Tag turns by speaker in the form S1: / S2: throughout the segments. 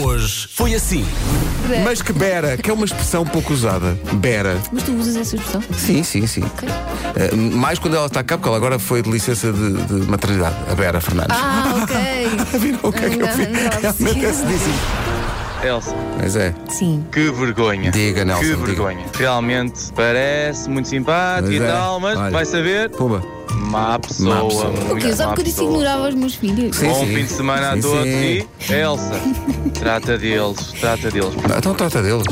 S1: hoje foi assim.
S2: Bem.
S1: Mas que bera, que é uma expressão pouco usada. Bera.
S2: Mas tu usas essa expressão?
S1: Sim, sim, sim. Eh, mais quando ela está cá, porque ela agora foi de licença de, de maternidade, a Bera Fernandes.
S2: Ah, ok.
S1: Viram o que é que eu
S2: Não,
S1: fiz?
S2: não é
S1: Realmente é
S2: possível.
S1: cedíssimo.
S3: Elsa,
S1: Mas é.
S2: Sim.
S3: que vergonha.
S1: Diga, Nelson,
S3: Que
S1: diga.
S3: vergonha. Realmente parece muito simpático
S1: Mas
S3: e
S1: é,
S3: tal, mas
S1: olha.
S3: vai saber.
S1: Pumba.
S3: Má pessoa.
S1: Má pessoa.
S3: muito
S2: O quê? Só
S3: má
S2: porque eu disse que
S3: pessoa.
S2: ignorava os meus filhos?
S1: Sim.
S3: Bom fim de semana
S1: Sim,
S3: a todos
S1: sim.
S3: e Elsa, trata deles, trata deles.
S1: Então trata deles.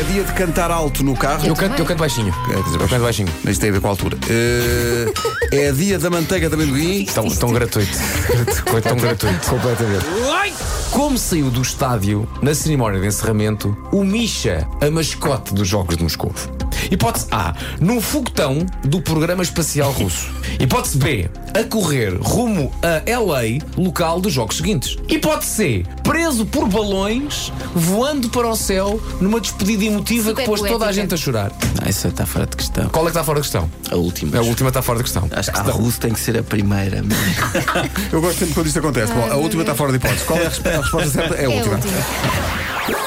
S1: É dia de cantar alto no carro.
S4: Eu canto, eu canto baixinho.
S1: Quer dizer,
S4: Eu canto baixinho.
S1: Mas tem a ver com a altura. Eh, é dia da manteiga de amendoim.
S4: Tão, um, tão gratuito. Foi tão gratuito. Completamente. Como saiu do estádio, na cerimónia de encerramento, o Misha, a mascote dos Jogos de Moscou? Hipótese A, num foguetão do programa espacial russo. Hipótese B, a correr rumo a LA, local dos jogos seguintes. Hipótese C, preso por balões, voando para o céu, numa despedida emotiva
S2: Super
S4: que pôs toda a
S2: poética.
S4: gente a chorar.
S5: Ah, essa está fora de questão.
S4: Qual é que está fora de questão?
S5: A última.
S4: A última está fora de questão.
S5: Acho que a Russo tem que ser a primeira.
S1: Eu gosto sempre quando isto acontece. Bom, a última está fora de hipótese. Qual é a resp- a resposta certa? Ah, É a
S2: É a
S1: última.
S2: última.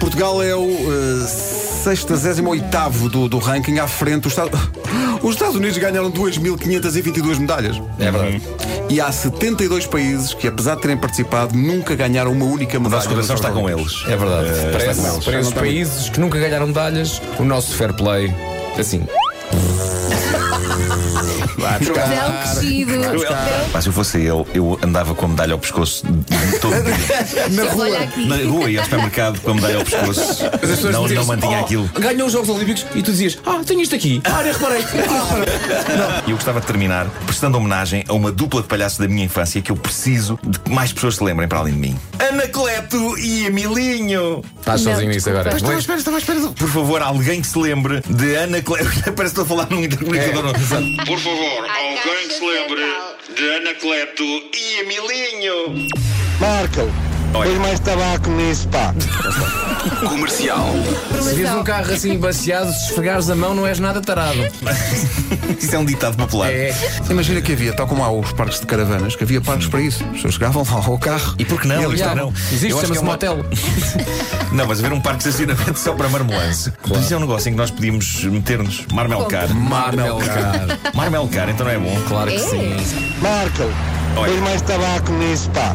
S1: Portugal é o eh, 68º do, do ranking à frente. Os Estados, os Estados Unidos ganharam 2.522 medalhas.
S4: É
S6: Uhum.
S4: verdade.
S1: E há 72 países que, apesar de terem participado, nunca ganharam uma única medalha.
S6: Nosso coração
S1: nos
S6: está com
S1: Jogos
S6: eles. Eh,
S4: É verdade. para
S1: está com eles.
S4: esses, para esses
S1: Não está
S4: países que nunca ganharam medalhas, o nosso fair play, assim.
S1: Ah,
S2: Belo crescido.
S6: Pá, se eu fosse ele, eu andava com a medalha ao pescoço todo o dia.
S1: Na rua.
S2: Olha aqui.
S6: Na rua e ao supermercado com a medalha ao pescoço. Não, não
S4: assim,
S6: mantinha
S4: "Oh."
S6: aquilo.
S4: Ganhou os Jogos Olímpicos e tu dizias, ah, tenho isto aqui. Ah, eu reparei.
S6: E eu gostava de terminar prestando homenagem a uma dupla de palhaços da minha infância que eu preciso de que mais pessoas se lembrem para além de mim. Anacleto e Emilinho.
S4: Estás sozinho nisso agora.
S6: Estava à espera, estava à espera. do- Por favor, alguém que se lembre de Anacleto. Parece que estou a falar num intercomunicador.
S4: É.
S7: Por favor, alguém que se lembre de Anacleto e Emilinho.
S8: Marco,
S6: Olha.
S8: põe mais tabaco nisso, pá.
S4: Se vês um
S2: Informação.
S4: carro assim baseado, se esfregares a mão, não és nada tarado.
S6: Isso é um ditado popular.
S4: É.
S1: Imagina que havia, tal como há os parques de caravanas, que havia parques para isso. As pessoas chegavam lá ao carro.
S6: E por que não?
S4: Ele
S6: Isto
S4: já
S6: não.
S4: Existe,
S6: Eu acho que
S4: chama-se
S6: é uma-
S4: motel.
S6: Não, mas haver um parque de estacionamento só para marmelance. Isso é um negócio em que nós podíamos meter-nos. Marmelcar.
S4: Marmelcar.
S6: Marmelcar, então não é bom.
S4: Claro que
S2: É.
S4: sim.
S8: Marco,
S6: Olha.
S8: põe mais tabaco nisso, pá.